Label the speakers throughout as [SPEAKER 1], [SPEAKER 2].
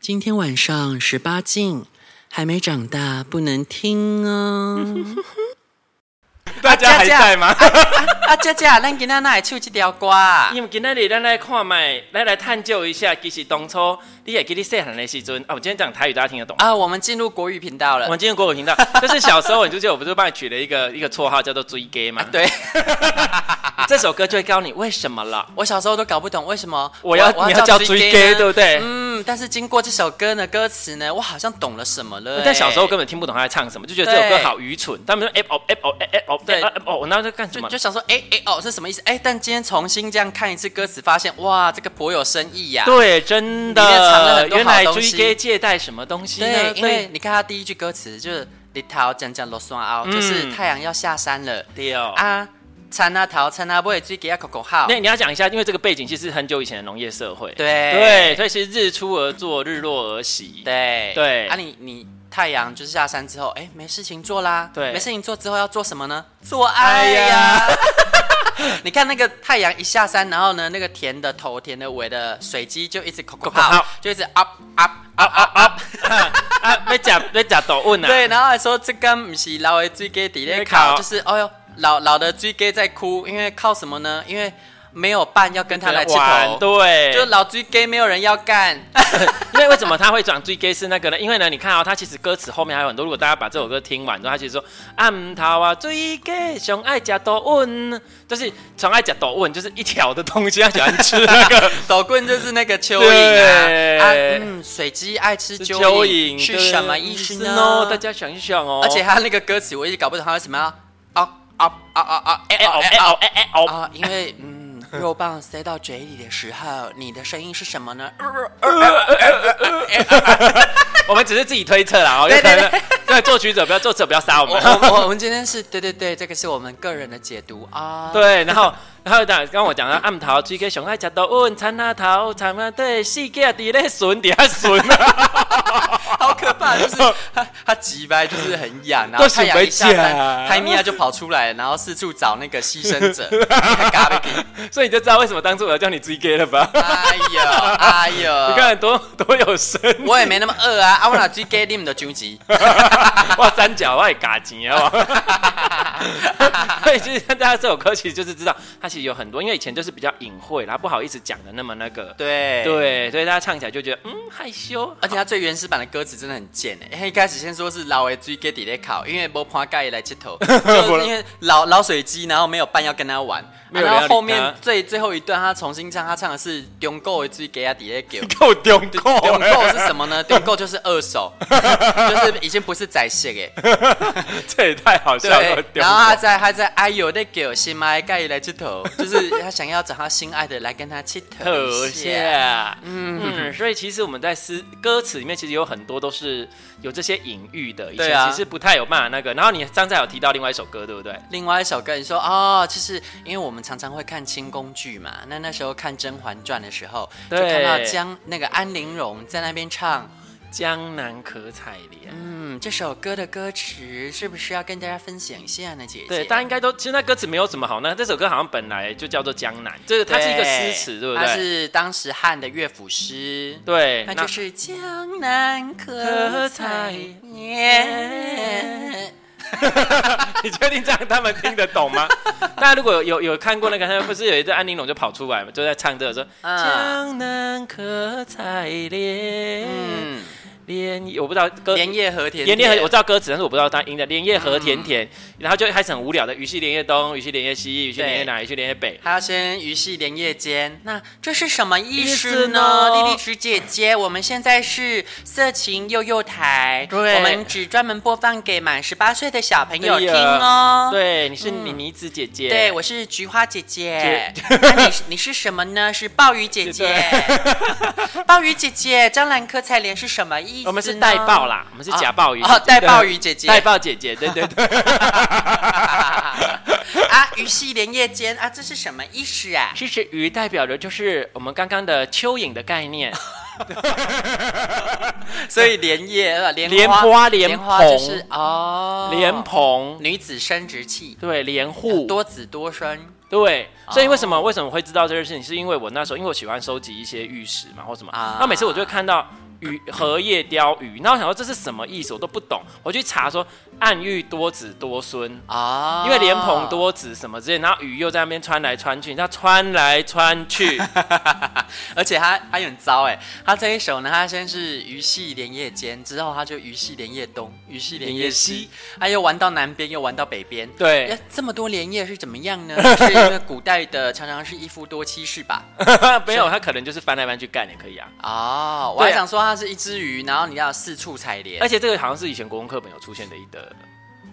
[SPEAKER 1] 今天晚上十八禁，还没长大不能听哦。
[SPEAKER 2] 大家还在吗？
[SPEAKER 1] 啊，姐姐，咱今仔哪会唱这条歌啊？
[SPEAKER 2] 因为今仔日咱来看麦，咱来探究一下，其实当初你也记你细汉的时阵，哦，我今天讲台语大家听得懂。
[SPEAKER 1] 啊，我们进入国语频道
[SPEAKER 2] 我
[SPEAKER 1] 了
[SPEAKER 2] 们。今天国语频道，就是小时候，你就记得我不是帮你取了一个一个绰号叫做追 gay 嘛？，
[SPEAKER 1] 对，
[SPEAKER 2] 这首歌就会告诉你为什么了。
[SPEAKER 1] 我小时候都搞不懂为什么
[SPEAKER 2] 我要你要叫追 gay
[SPEAKER 1] 呢
[SPEAKER 2] 对不对
[SPEAKER 1] 嗯，但是经过这首歌的歌词呢，我好像懂了什么了、
[SPEAKER 2] 但小时候
[SPEAKER 1] 跟
[SPEAKER 2] 根本听不懂他在唱什么，就觉得这首歌
[SPEAKER 1] 对
[SPEAKER 2] 好愚蠢。他们说哎哦哎哦哎哎哦
[SPEAKER 1] 对
[SPEAKER 2] 对哎哦，然后在干什
[SPEAKER 1] 就
[SPEAKER 2] 么
[SPEAKER 1] 就？想说，哎哎哦，是什么意思？哎，但今天重新这样看一次歌词，发现哇，这个颇有深意呀、
[SPEAKER 2] 对，啊真
[SPEAKER 1] 里面藏了
[SPEAKER 2] 的，
[SPEAKER 1] 很多好
[SPEAKER 2] 原来
[SPEAKER 1] 东
[SPEAKER 2] 追
[SPEAKER 1] 西
[SPEAKER 2] gay 借贷什么东西呢？
[SPEAKER 1] 因为你看他第一句歌词就是“日头渐渐落山凹”，就是太阳要下山了
[SPEAKER 2] 对哦。
[SPEAKER 1] 啊，参啊头参啊尾，最给啊口口号。
[SPEAKER 2] 那你要讲一下，因为这个背景其实是很久以前的农业社会，
[SPEAKER 1] 对
[SPEAKER 2] 对，所以其实日出而作，日落而息，
[SPEAKER 1] 对
[SPEAKER 2] 对
[SPEAKER 1] 啊你你太阳就是下山之后，哎，没事情做啦。
[SPEAKER 2] 对
[SPEAKER 1] 没事情做之后要做什么呢？做爱哎呀。 你看那个太阳一下山，然后呢，那个田的头、田的尾的水鸡就一直口口
[SPEAKER 2] 口口
[SPEAKER 1] 号
[SPEAKER 2] 号，
[SPEAKER 1] 就一直 up up up
[SPEAKER 2] 啊啊啊啊！要假要假抖问 啊，
[SPEAKER 1] 对，然后还说这根不是老的追给底在烤，
[SPEAKER 2] 烤
[SPEAKER 1] 就是哦哟，老老的追给在哭，因为靠什么呢？因为没有伴要跟他来吃
[SPEAKER 2] 玩
[SPEAKER 1] 头，
[SPEAKER 2] 对，
[SPEAKER 1] 就老追给没有人要干。
[SPEAKER 2] 因为为什么他会转最 gay 是那个呢？因为呢，你看啊、他其实歌词后面还有很多。如果大家把这首歌听完之后，他其实说暗桃啊最 gay 熊爱夹豆问，就是熊爱夹豆问，就是一条的东西，他喜欢吃那个。
[SPEAKER 1] 抖棍就是那个蚯蚓啊，啊
[SPEAKER 2] 对
[SPEAKER 1] 嗯，水鸡爱吃蚯
[SPEAKER 2] 蚯
[SPEAKER 1] 蚓
[SPEAKER 2] 蚓
[SPEAKER 1] 是
[SPEAKER 2] 对
[SPEAKER 1] 什么意思呢
[SPEAKER 2] 呢？大？家想一想哦。
[SPEAKER 1] 而且他那个歌词我一直搞不懂，他为什么要啊啊啊啊啊哎
[SPEAKER 2] 哎
[SPEAKER 1] 哦
[SPEAKER 2] 哦
[SPEAKER 1] 哎
[SPEAKER 2] 哎
[SPEAKER 1] 哦
[SPEAKER 2] 哦哎哎哦，
[SPEAKER 1] 啊，因为嗯，肉棒塞到嘴里的时候，你的声音是什么呢？
[SPEAKER 2] 我们只是自己推测啦哦，
[SPEAKER 1] 对
[SPEAKER 2] 有
[SPEAKER 1] 对
[SPEAKER 2] 可
[SPEAKER 1] 对
[SPEAKER 2] 能对作曲者不要作者不要杀我
[SPEAKER 1] 我
[SPEAKER 2] 们。
[SPEAKER 1] 我我我们今天是对对对，这个是我们个人的解读啊。
[SPEAKER 2] 对，然后然后讲刚我讲到暗桃追 K 熊爱夹豆问，参啊头参啊对，四个伫咧顺伫遐顺啊。
[SPEAKER 1] 好可怕，就是他他急掰，就是很痒，然后
[SPEAKER 2] 都是
[SPEAKER 1] 太阳一下
[SPEAKER 2] 回
[SPEAKER 1] 山，
[SPEAKER 2] 家
[SPEAKER 1] 拍米娅就跑出来，然后四处找那个牺牲者，还嘎巴给
[SPEAKER 2] 所以你就知道为什么当初我要叫你追 K 了吧？
[SPEAKER 1] 哎呦哎
[SPEAKER 2] 你
[SPEAKER 1] 呦，
[SPEAKER 2] 看多多有深，
[SPEAKER 1] 我也没那么饿啊，阿我哪去给你们的军籍？
[SPEAKER 2] 哇，三角外嘎钱哦。所以其实大家这首歌其实就是知道，它其实有很多，因为以前就是比较隐晦，然后不好意思讲的那么那个。
[SPEAKER 1] 对。
[SPEAKER 2] 对，所以大家唱起来就觉得嗯害羞。
[SPEAKER 1] 而且他最原始版的歌词真的很贱哎、他一开始先说是老的追给底在考，因为不怕盖来接 头，就是因为老老水鸡，然后没有伴要跟他玩。啊
[SPEAKER 2] 没有人
[SPEAKER 1] 然
[SPEAKER 2] 要
[SPEAKER 1] 后
[SPEAKER 2] 理他
[SPEAKER 1] 后面最最后一段他重新唱，他唱的是中国的追给他底在给。
[SPEAKER 2] 够丢够
[SPEAKER 1] 顶购是什么 呢？顶购就是二手，就是已经不是在线哎。
[SPEAKER 2] 这也太好笑了
[SPEAKER 1] 对，。
[SPEAKER 2] 丢
[SPEAKER 1] 然后他在他在哎呦那给我新爱盖来接头，就是他想要找他心爱的来跟他接头
[SPEAKER 2] 特
[SPEAKER 1] 一啊下。
[SPEAKER 2] 下，嗯，所以其实我们在诗歌词里面，其实有很多都是有这些隐喻的，以
[SPEAKER 1] 对
[SPEAKER 2] 前
[SPEAKER 1] 啊
[SPEAKER 2] 其实不太有办法那个。然后你刚才有提到另外一首歌，对不对？
[SPEAKER 1] 另外一首歌，你说哦，就是因为我们常常会看清宫剧嘛，那那时候看《甄嬛传》的时候，就
[SPEAKER 2] 对
[SPEAKER 1] 看到江那个安陵容在那边唱，
[SPEAKER 2] 江南可采莲，
[SPEAKER 1] 嗯，这首歌的歌词是不是要跟大家分享一下呢，姐姐？
[SPEAKER 2] 对，大家应该都其实那歌词没有什么好那这首歌好像本来就叫做《江南》，这个它是一个诗词，对不
[SPEAKER 1] 它
[SPEAKER 2] 对？
[SPEAKER 1] 是当时汉的乐府诗，
[SPEAKER 2] 对，
[SPEAKER 1] 那就是江南可采莲。
[SPEAKER 2] 那 你确定这样他们听得懂 吗？大家如果有有有看过那个，他们不是有一只安陵容就跑出来嘛，就在唱这个说
[SPEAKER 1] 嗯
[SPEAKER 2] 江南可采莲，
[SPEAKER 1] 嗯，
[SPEAKER 2] 莲叶我不知道歌。
[SPEAKER 1] 莲叶和田，
[SPEAKER 2] 莲叶和我知道歌词，但是我不知道它音的。莲叶和田
[SPEAKER 1] 嗯
[SPEAKER 2] 田，然后就开始很无聊的，鱼戏莲叶东，鱼戏莲叶西，鱼戏莲叶南，鱼戏莲叶北。
[SPEAKER 1] 还要先鱼戏莲叶间，那这是什么意思
[SPEAKER 2] 意思
[SPEAKER 1] 呢？
[SPEAKER 2] 呢
[SPEAKER 1] 丽丽纸姐姐，我们现在是色情幼幼台，
[SPEAKER 2] 对
[SPEAKER 1] 我们只专门播放给满十八岁的小朋友
[SPEAKER 2] 对
[SPEAKER 1] 听
[SPEAKER 2] 呀
[SPEAKER 1] 哦。
[SPEAKER 2] 对，你是妮妮子姐姐。
[SPEAKER 1] 对，我是菊花姐姐。那你是你是什么呢？是鲍鱼姐姐。鲍鱼姐姐，张兰科采莲是什么意思呢？
[SPEAKER 2] 我们是带爆啦，我们是假鲍鱼姐姐
[SPEAKER 1] 哦，带鲍鱼姐姐。
[SPEAKER 2] 带爆姐姐，对对 对，
[SPEAKER 1] 啊，鱼戏莲叶间啊，这是什么意思啊？
[SPEAKER 2] 其实鱼代表的就是我们刚刚的蚯蚓的概念，
[SPEAKER 1] 所以莲叶呃莲
[SPEAKER 2] 莲
[SPEAKER 1] 花
[SPEAKER 2] 花
[SPEAKER 1] 莲
[SPEAKER 2] 莲
[SPEAKER 1] 花就是哦，
[SPEAKER 2] 莲蓬，
[SPEAKER 1] 女子生殖器，
[SPEAKER 2] 对，莲户，
[SPEAKER 1] 多子多孙。
[SPEAKER 2] 对，所以为
[SPEAKER 1] 哦
[SPEAKER 2] 什么为什么会知道这件事情，是因为我那时候因为我喜欢收集一些玉石嘛或什么
[SPEAKER 1] 啊，
[SPEAKER 2] 那每次我就会看到鱼荷叶鲷鱼，那我想说这是什么意思，我都不懂。我去查说暗喻多子多孙，
[SPEAKER 1] 啊，
[SPEAKER 2] 因为莲蓬多子什么之类，然后鱼又在那边穿来穿去，你知道穿来 穿去，
[SPEAKER 1] 而且他他很糟哎，他这一首呢，他先是鱼戏莲叶间，之后他就鱼戏莲叶东，鱼戏莲叶
[SPEAKER 2] 莲叶
[SPEAKER 1] 西，他又玩到南边，又玩到北边。
[SPEAKER 2] 对
[SPEAKER 1] 哎，这么多莲叶是怎么样呢？是因为古代的常常是一夫多妻是吧？
[SPEAKER 2] 没有他可能就是翻来翻去干也可以啊。
[SPEAKER 1] 哦，我还
[SPEAKER 2] 啊
[SPEAKER 1] 想说它是一只鱼，然后你要四处采莲
[SPEAKER 2] 而。且这个好像是以前国文课本有出现的一的，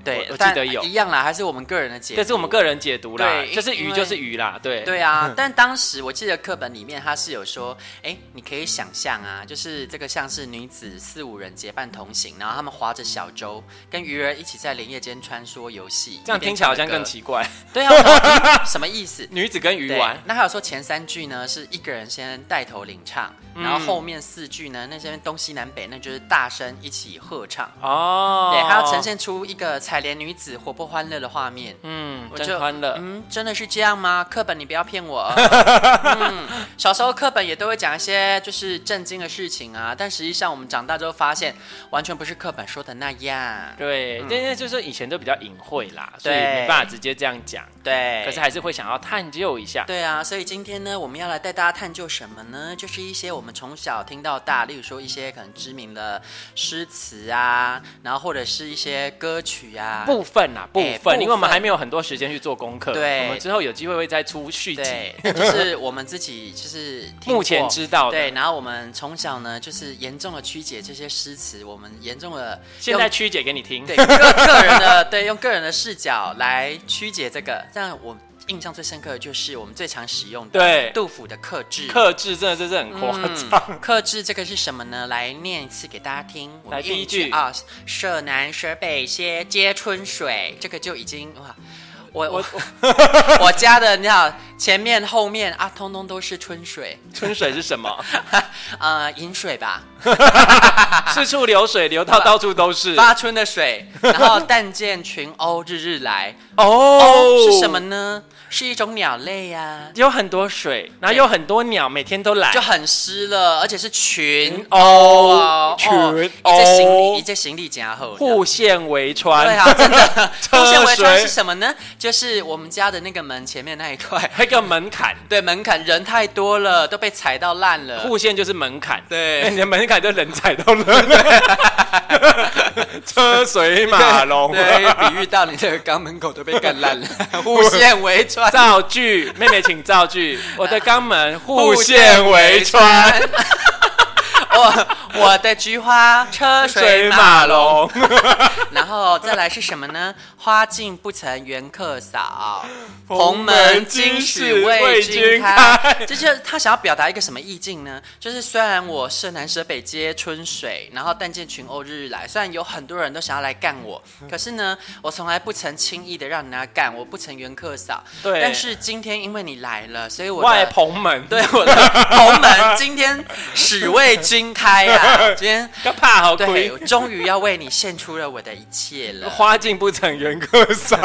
[SPEAKER 1] 对，
[SPEAKER 2] 哎我我记
[SPEAKER 1] 但
[SPEAKER 2] 得有
[SPEAKER 1] 一样啦，还是我们个人的解读。
[SPEAKER 2] 这是我们个人解读啦，
[SPEAKER 1] 对
[SPEAKER 2] 就是
[SPEAKER 1] 因
[SPEAKER 2] 鱼
[SPEAKER 1] 为
[SPEAKER 2] 就是鱼啦，对
[SPEAKER 1] 对啊，但当时我记得课本里面它是有说，哎，你可以想象啊，就是这个像是女子四五人结伴同行，然后他们划着小舟，跟渔人一起在林夜间穿梭游戏。
[SPEAKER 2] 这样
[SPEAKER 1] 一边
[SPEAKER 2] 听起来好像
[SPEAKER 1] 唱着
[SPEAKER 2] 更
[SPEAKER 1] 歌
[SPEAKER 2] 奇怪。
[SPEAKER 1] 对啊，我想说 嗯什么意思？
[SPEAKER 2] 女子跟鱼
[SPEAKER 1] 对
[SPEAKER 2] 玩，，
[SPEAKER 1] 那还有说前三句呢是一个人先带头领唱，然后
[SPEAKER 2] 嗯
[SPEAKER 1] 后面四句呢那些东西南北那就是大声一起合唱。
[SPEAKER 2] 哦，
[SPEAKER 1] 对，它要呈，现出一个采莲女子活泼欢乐的画面。
[SPEAKER 2] 嗯，
[SPEAKER 1] 我
[SPEAKER 2] 真
[SPEAKER 1] 就
[SPEAKER 2] 欢乐。
[SPEAKER 1] 嗯，真的是这样吗？课本你不要骗我。嗯，小时候课本也都会讲一些就是震惊的事情啊，但实际上我们长大之后发现，完全不是课本说的那样。
[SPEAKER 2] 对，但是就是以前都比较隐晦啦，所以
[SPEAKER 1] 嗯对
[SPEAKER 2] 没办法直接这样讲，
[SPEAKER 1] 对，
[SPEAKER 2] 可是还是会想要探究一下。
[SPEAKER 1] 对啊，所以今天呢，我们要来带大家探究什么呢？就是一些我们从小听到大，例如说一些可能知名的诗词啊，然后或者是一些歌曲啊。
[SPEAKER 2] 部分啦，部
[SPEAKER 1] 哎部
[SPEAKER 2] 分，因为我们
[SPEAKER 1] 分
[SPEAKER 2] 还没有很多时间去做功课，
[SPEAKER 1] 对
[SPEAKER 2] 我们之后有机会会再出续集。
[SPEAKER 1] 对，那就是我们自己就是听过
[SPEAKER 2] 目前知道的
[SPEAKER 1] 对，然后我们从小呢，就是严重的曲解这些诗词，我们严重 的
[SPEAKER 2] 现在曲解给你听，
[SPEAKER 1] 对个个人的对用个人的视角来曲解这个，让我印象最深刻的就是我们最常使用的
[SPEAKER 2] 对
[SPEAKER 1] 杜甫的克制。
[SPEAKER 2] 克制真的真是很夸张。
[SPEAKER 1] 克制这个是什么呢？来念一次给大家听。我们
[SPEAKER 2] 来第一句
[SPEAKER 1] 啊，舍南舍北些皆春水，这个就已经哇，我我 我我家的你好，前面后面啊，通通都是春水，
[SPEAKER 2] 春水是什么？
[SPEAKER 1] 呃，饮水吧，
[SPEAKER 2] 四处流水，流到到处都是。
[SPEAKER 1] 发春的 水，然后但见群鸥日日来，
[SPEAKER 2] 哦
[SPEAKER 1] 鸥是什么？呢？是一种鸟类 呀、
[SPEAKER 2] 有很多水，然后有很多鸟，每天都来。
[SPEAKER 1] 就很湿了，而且是群
[SPEAKER 2] 哦
[SPEAKER 1] 哦，
[SPEAKER 2] 群
[SPEAKER 1] 哦一这行
[SPEAKER 2] 哦
[SPEAKER 1] 李，一这行李加厚，
[SPEAKER 2] 互线为
[SPEAKER 1] 对
[SPEAKER 2] 川，
[SPEAKER 1] 啊，真的。
[SPEAKER 2] 车
[SPEAKER 1] 东线围窗
[SPEAKER 2] 水
[SPEAKER 1] 是什么呢？就是我们家的那个门前面那一块，
[SPEAKER 2] 还有一个门槛，
[SPEAKER 1] 对，门槛人太多了，都被踩到烂了。
[SPEAKER 2] 互线就是门槛。哎
[SPEAKER 1] 对。
[SPEAKER 2] 你的门槛就人踩到了， 车水马龙。
[SPEAKER 1] 对，比喻到你这个肛门口都被干 烂了，互线围穿，
[SPEAKER 2] 造句，妹妹请造句。我的肛门互线为川，。
[SPEAKER 1] 我我的菊花车水
[SPEAKER 2] 水
[SPEAKER 1] 马，
[SPEAKER 2] 马龙。
[SPEAKER 1] 然后再来是什么呢？花径不曾缘客扫，蓬门今始为君
[SPEAKER 2] 为君
[SPEAKER 1] 开
[SPEAKER 2] 开。
[SPEAKER 1] 这就是他想要表达一个什么意境呢？就是虽然我是南舍北皆春水，然后但见群鸥日日来，虽然有很多人都想要来干我，可是呢，我从来不曾轻易的让人家干，我不曾缘客扫。
[SPEAKER 2] 对
[SPEAKER 1] 但是今天因为你来了，所以我的
[SPEAKER 2] 外蓬门，
[SPEAKER 1] 对我的蓬门今天始为君开啊！今天
[SPEAKER 2] 个怕好
[SPEAKER 1] 对，
[SPEAKER 2] 亏
[SPEAKER 1] 我。终于要为你献出了我的一切了。
[SPEAKER 2] 花径不成缘客 少，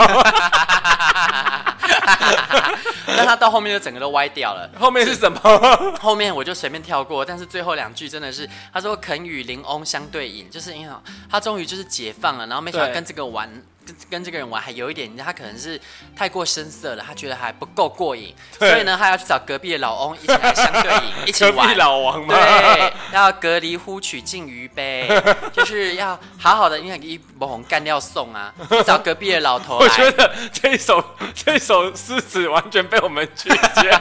[SPEAKER 1] 但他到后面就整个都歪掉了。
[SPEAKER 2] 后面是什么？
[SPEAKER 1] 后面我就随便跳过，但是最后两句真的是，他说“肯与林翁相对饮”，就是因为他终于就是解放了，然后没想到
[SPEAKER 2] 对
[SPEAKER 1] 跟这个玩，跟跟这个人玩还有一点，他可能是太过深色了，他觉得还不够过瘾，
[SPEAKER 2] 对
[SPEAKER 1] 所以呢，他要去找隔壁的老翁一起来相对 饮，一起
[SPEAKER 2] 隔壁
[SPEAKER 1] 玩。
[SPEAKER 2] 老王吗？
[SPEAKER 1] 对，要隔离呼取净鱼杯， 就是要好好的，因为一不红干掉送啊，去找隔壁的老头
[SPEAKER 2] 我觉
[SPEAKER 1] 来。
[SPEAKER 2] 得这一首这一首诗词完全被我们拒 绝。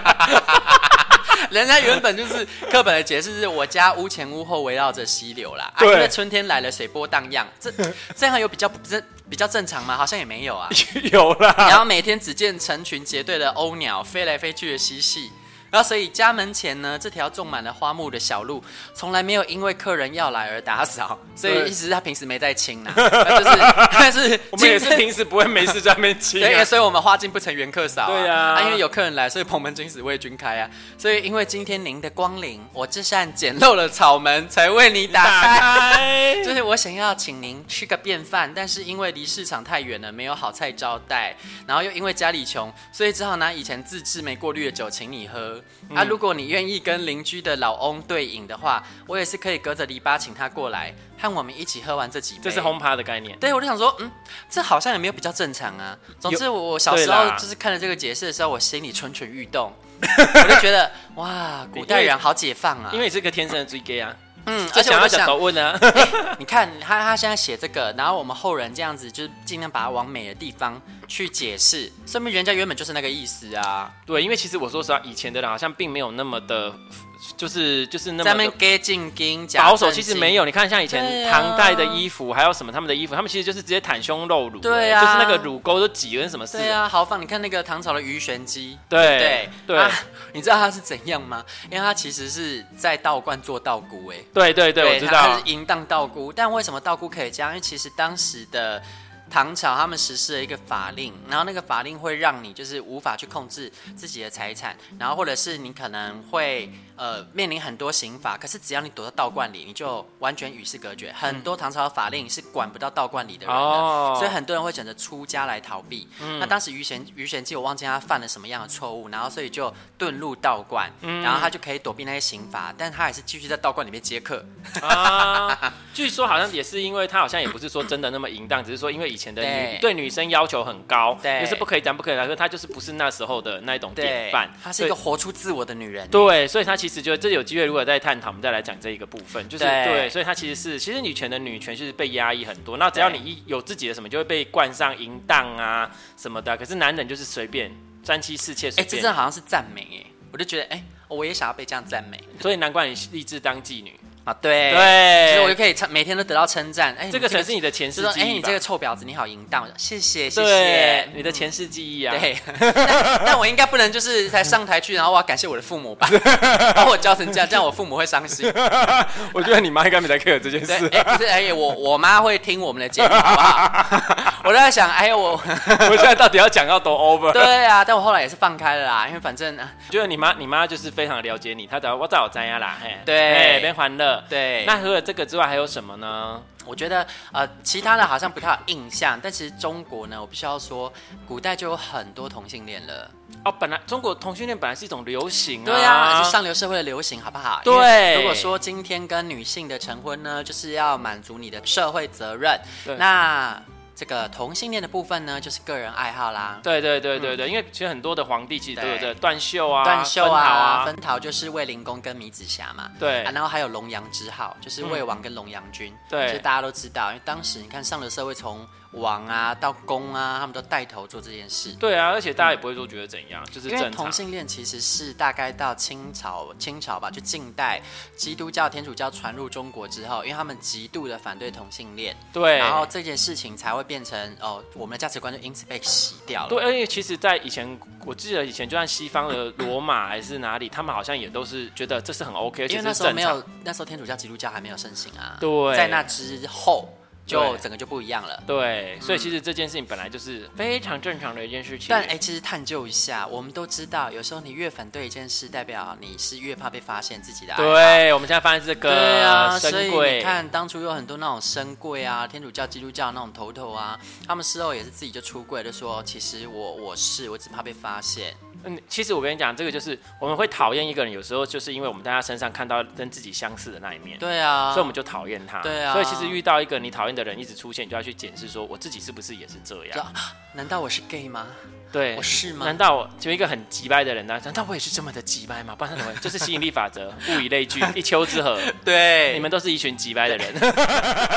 [SPEAKER 1] 人家原本就是课本的解释是我家屋前屋后围绕着溪流啦，啊，因
[SPEAKER 2] 对
[SPEAKER 1] 为春天来了，水波荡漾， 这这样有比较不正比较正常吗？好像也没有啊。
[SPEAKER 2] 有
[SPEAKER 1] 然
[SPEAKER 2] 啦，
[SPEAKER 1] 后每天只见成群结队的鸥鸟飞来飞去的嬉戏。然后，所以家门前呢，这条种满了花木的小路，从来没有因为客人要来而打扫，所以
[SPEAKER 2] 对
[SPEAKER 1] 一直他平时没在清啦， 那就是 但是
[SPEAKER 2] 我们也
[SPEAKER 1] 今
[SPEAKER 2] 是
[SPEAKER 1] 天
[SPEAKER 2] 平时不会没事在那边 亲啊
[SPEAKER 1] 对，哎所以我们花径不成缘客少、啊。
[SPEAKER 2] 对啊
[SPEAKER 1] 因为有客人来，所以蓬门今始为君开啊。所以因为今天您的光临，我这扇简陋的草门才为你打 开。
[SPEAKER 2] 打开
[SPEAKER 1] 就是我想要请您吃个便饭，但是因为离市场太远了，没有好菜招待，然后又因为家里穷，所以只好拿以前自制没过滤的酒请你喝。
[SPEAKER 2] 嗯
[SPEAKER 1] 啊，如果你愿意跟邻居的老翁对饮的话，我也是可以隔着篱笆请他过来，和我们一起喝完这几杯。
[SPEAKER 2] 这是轰趴的概念。
[SPEAKER 1] 对，我就想说，嗯，这好像也没有比较正常啊。总之，我我小时
[SPEAKER 2] 对
[SPEAKER 1] 候
[SPEAKER 2] 啦
[SPEAKER 1] 就是看了这个解释的时候，我心里蠢蠢欲动，我就觉得哇，古代人好解放啊。
[SPEAKER 2] 因为你是个天生的追 gay 啊，
[SPEAKER 1] 嗯，
[SPEAKER 2] 就
[SPEAKER 1] 而且
[SPEAKER 2] 想
[SPEAKER 1] 我
[SPEAKER 2] 要
[SPEAKER 1] 就
[SPEAKER 2] 讲
[SPEAKER 1] 想，
[SPEAKER 2] 头问啊，
[SPEAKER 1] 你看他他现在写这个，然后我们后人这样子，就是尽量把它往美的地方去解释，说明人家原本就是那个意思啊。
[SPEAKER 2] 对，因为其实我说实话，以前的人好像并没有那么的，就是就是那
[SPEAKER 1] 在
[SPEAKER 2] 么
[SPEAKER 1] 那边
[SPEAKER 2] 的
[SPEAKER 1] 给进金假
[SPEAKER 2] 保守，
[SPEAKER 1] 正
[SPEAKER 2] 其实
[SPEAKER 1] 经
[SPEAKER 2] 没有。你看像以
[SPEAKER 1] 对
[SPEAKER 2] 前
[SPEAKER 1] 啊
[SPEAKER 2] 唐代的衣服，还有什么他们的衣服，他们其实就是直接袒胸露乳，
[SPEAKER 1] 对
[SPEAKER 2] 欸
[SPEAKER 1] 啊
[SPEAKER 2] 就是那个乳沟都挤跟什么似
[SPEAKER 1] 对
[SPEAKER 2] 的，
[SPEAKER 1] 啊，豪放！你看那个唐朝的鱼玄机，
[SPEAKER 2] 对
[SPEAKER 1] 对
[SPEAKER 2] 哎对
[SPEAKER 1] 啊 你知道他是怎样吗？因为他其实是在道观做道姑、哎，
[SPEAKER 2] 对对对，我知
[SPEAKER 1] 他他
[SPEAKER 2] 道
[SPEAKER 1] 是，淫荡道姑。但为什么道姑可以这样？因为其实当时的唐朝他们实施了一个法令，然后那个法令会让你就是无法去控制自己的财产，然后或者是你可能会呃面临很多刑罚。可是只要你躲到道观里，你就完全与世隔绝。很多唐朝的法令是管不到道观里的人的，
[SPEAKER 2] 哦
[SPEAKER 1] 所以很多人会选择出家来逃避。
[SPEAKER 2] 嗯
[SPEAKER 1] 那当时于玄于玄机，我忘记他犯了什么样的错误，然后所以就遁入道观，
[SPEAKER 2] 嗯
[SPEAKER 1] 然后他就可以躲避那些刑罚，但他还是继续在道观里面接客。
[SPEAKER 2] 啊，据说好像也是因为他好像也不是说真的那么淫荡，只是说因为以前的女
[SPEAKER 1] 对
[SPEAKER 2] 对女生要求很高，
[SPEAKER 1] 对
[SPEAKER 2] 就是不可以这样不可以那样，可是他就是不是那时候的那一种典范，
[SPEAKER 1] 她是一个
[SPEAKER 2] 所以。
[SPEAKER 1] 活出自我的女人。
[SPEAKER 2] 对，所以他其实就这有机会，如果再探讨，我们再来讲这一个部分，就是
[SPEAKER 1] 对
[SPEAKER 2] 对，所以他其实是其实女权的女权就是被压抑很多，那只要你
[SPEAKER 1] 对
[SPEAKER 2] 一有自己的什么，就会被冠上淫荡啊什么的啊，可是男人就是随便三妻四妾
[SPEAKER 1] 哎、
[SPEAKER 2] 随
[SPEAKER 1] 这
[SPEAKER 2] 便，
[SPEAKER 1] 真的好像是赞美哎、我就觉得哎、我也想要被这样赞美
[SPEAKER 2] 所以难怪你立志当妓女，
[SPEAKER 1] 啊。对，
[SPEAKER 2] 对
[SPEAKER 1] 其实我就可以称每天都得到称赞。哎、
[SPEAKER 2] 这个才是你的前
[SPEAKER 1] 你就
[SPEAKER 2] 世
[SPEAKER 1] 说
[SPEAKER 2] 记
[SPEAKER 1] 哎、
[SPEAKER 2] 忆
[SPEAKER 1] 你
[SPEAKER 2] 吧
[SPEAKER 1] 这个臭婊子，你好淫荡，我说谢谢谢
[SPEAKER 2] 对
[SPEAKER 1] 谢，
[SPEAKER 2] 你的前世记忆啊，
[SPEAKER 1] 对，但但我应该不能就是才上台去，然后我要感谢我的父母吧， 把我教成这样，这样我父母会伤 心。
[SPEAKER 2] 啊我觉得你妈应该没在 care 这件
[SPEAKER 1] 对，哎、不是，哎、我我妈会听我们的节目，好不 好？我都在想，哎、我，
[SPEAKER 2] 我现在到底要讲到多 over？
[SPEAKER 1] 对啊，但我后来也是放开了啦，因为反正啊
[SPEAKER 2] 觉得你妈，你妈就是非常了解你，她早我早有知呀啦，嘿，
[SPEAKER 1] 对
[SPEAKER 2] 哎，别欢乐。
[SPEAKER 1] 对，
[SPEAKER 2] 那除了这个之外，还有什么呢？
[SPEAKER 1] 我觉得呃，其他的好像不太有印象，但其实中国呢，我必须要说，古代就有很多同性恋了。
[SPEAKER 2] 哦，本来中国同性恋本来是一种流行啊，
[SPEAKER 1] 对啊，而是上流社会的流行，好不好？
[SPEAKER 2] 对
[SPEAKER 1] 因为如果说今天跟女性的成婚呢，就是要满足你的社会责任
[SPEAKER 2] 对。
[SPEAKER 1] 那这个同性恋的部分呢，就是个人爱好啦。
[SPEAKER 2] 对对对对对，因为其实很多的皇帝其实都有
[SPEAKER 1] 嗯对
[SPEAKER 2] 这断袖啊、
[SPEAKER 1] 断袖
[SPEAKER 2] 分毫
[SPEAKER 1] 啊，
[SPEAKER 2] 啊，
[SPEAKER 1] 分桃就是卫灵公跟米子霞嘛。
[SPEAKER 2] 对
[SPEAKER 1] 啊，然后还有龙阳之好，就是魏王跟龙阳君，
[SPEAKER 2] 对
[SPEAKER 1] 就是大家都知道，因为当时你看上流社会从王啊到公啊，他们都带头做这件事。
[SPEAKER 2] 对啊，而且大家也不会说觉得怎样，就是
[SPEAKER 1] 因为
[SPEAKER 2] 正
[SPEAKER 1] 同
[SPEAKER 2] 常。
[SPEAKER 1] 性恋其实是大概到清朝，清朝吧，就近代基督教、天主教传入中国之后，因为他们极度的反对同性恋，
[SPEAKER 2] 对，
[SPEAKER 1] 然后这件事情才会变成哦，我们的价值观就因此被洗掉了。
[SPEAKER 2] 对，而且其实，在以前，我记得以前，就算西方的罗马还是哪里，他们好像也都是觉得这是很 OK，而
[SPEAKER 1] 因
[SPEAKER 2] 且
[SPEAKER 1] 为
[SPEAKER 2] 是
[SPEAKER 1] 那
[SPEAKER 2] 正
[SPEAKER 1] 时候
[SPEAKER 2] 常
[SPEAKER 1] 没有，那时候天主教、基督教还没有盛行啊。
[SPEAKER 2] 对
[SPEAKER 1] 在那之后就
[SPEAKER 2] 对
[SPEAKER 1] 整个就不一样了。
[SPEAKER 2] 对，所以其实这件事情本来就是非常正常的一件事情。
[SPEAKER 1] 嗯但哎、其实探究一下，我们都知道，有时候你越反对一件事，代表你是越怕被发现自己的爱好。
[SPEAKER 2] 对，我们现在发现这个
[SPEAKER 1] 哎对啊，所
[SPEAKER 2] 神
[SPEAKER 1] 以
[SPEAKER 2] 鬼
[SPEAKER 1] 你看，当初有很多那种深柜啊，天主教、基督教那种头头啊，他们事后也是自己就出柜，就说其实我我是我只怕被发现。
[SPEAKER 2] 嗯，其实我跟你讲，这个就是我们会讨厌一个人，有时候就是因为我们在他身上看到跟自己相似的那一面，
[SPEAKER 1] 对啊，
[SPEAKER 2] 所以我们就讨厌他。
[SPEAKER 1] 对啊
[SPEAKER 2] 所以其实遇到一个你讨厌的人一直出现，你就要去检视说，我自己是不是也是这
[SPEAKER 1] 就
[SPEAKER 2] 样？
[SPEAKER 1] 啊难道我是 gay 吗？
[SPEAKER 2] 对，
[SPEAKER 1] 我是吗
[SPEAKER 2] 难道我就一个很急掰的人呢、难道我也是这么的急掰吗？不然怎么会？就是吸引力法则，物以 类聚，一丘之貉。
[SPEAKER 1] 对你
[SPEAKER 2] 你们
[SPEAKER 1] 们，
[SPEAKER 2] 都是一群急掰的人，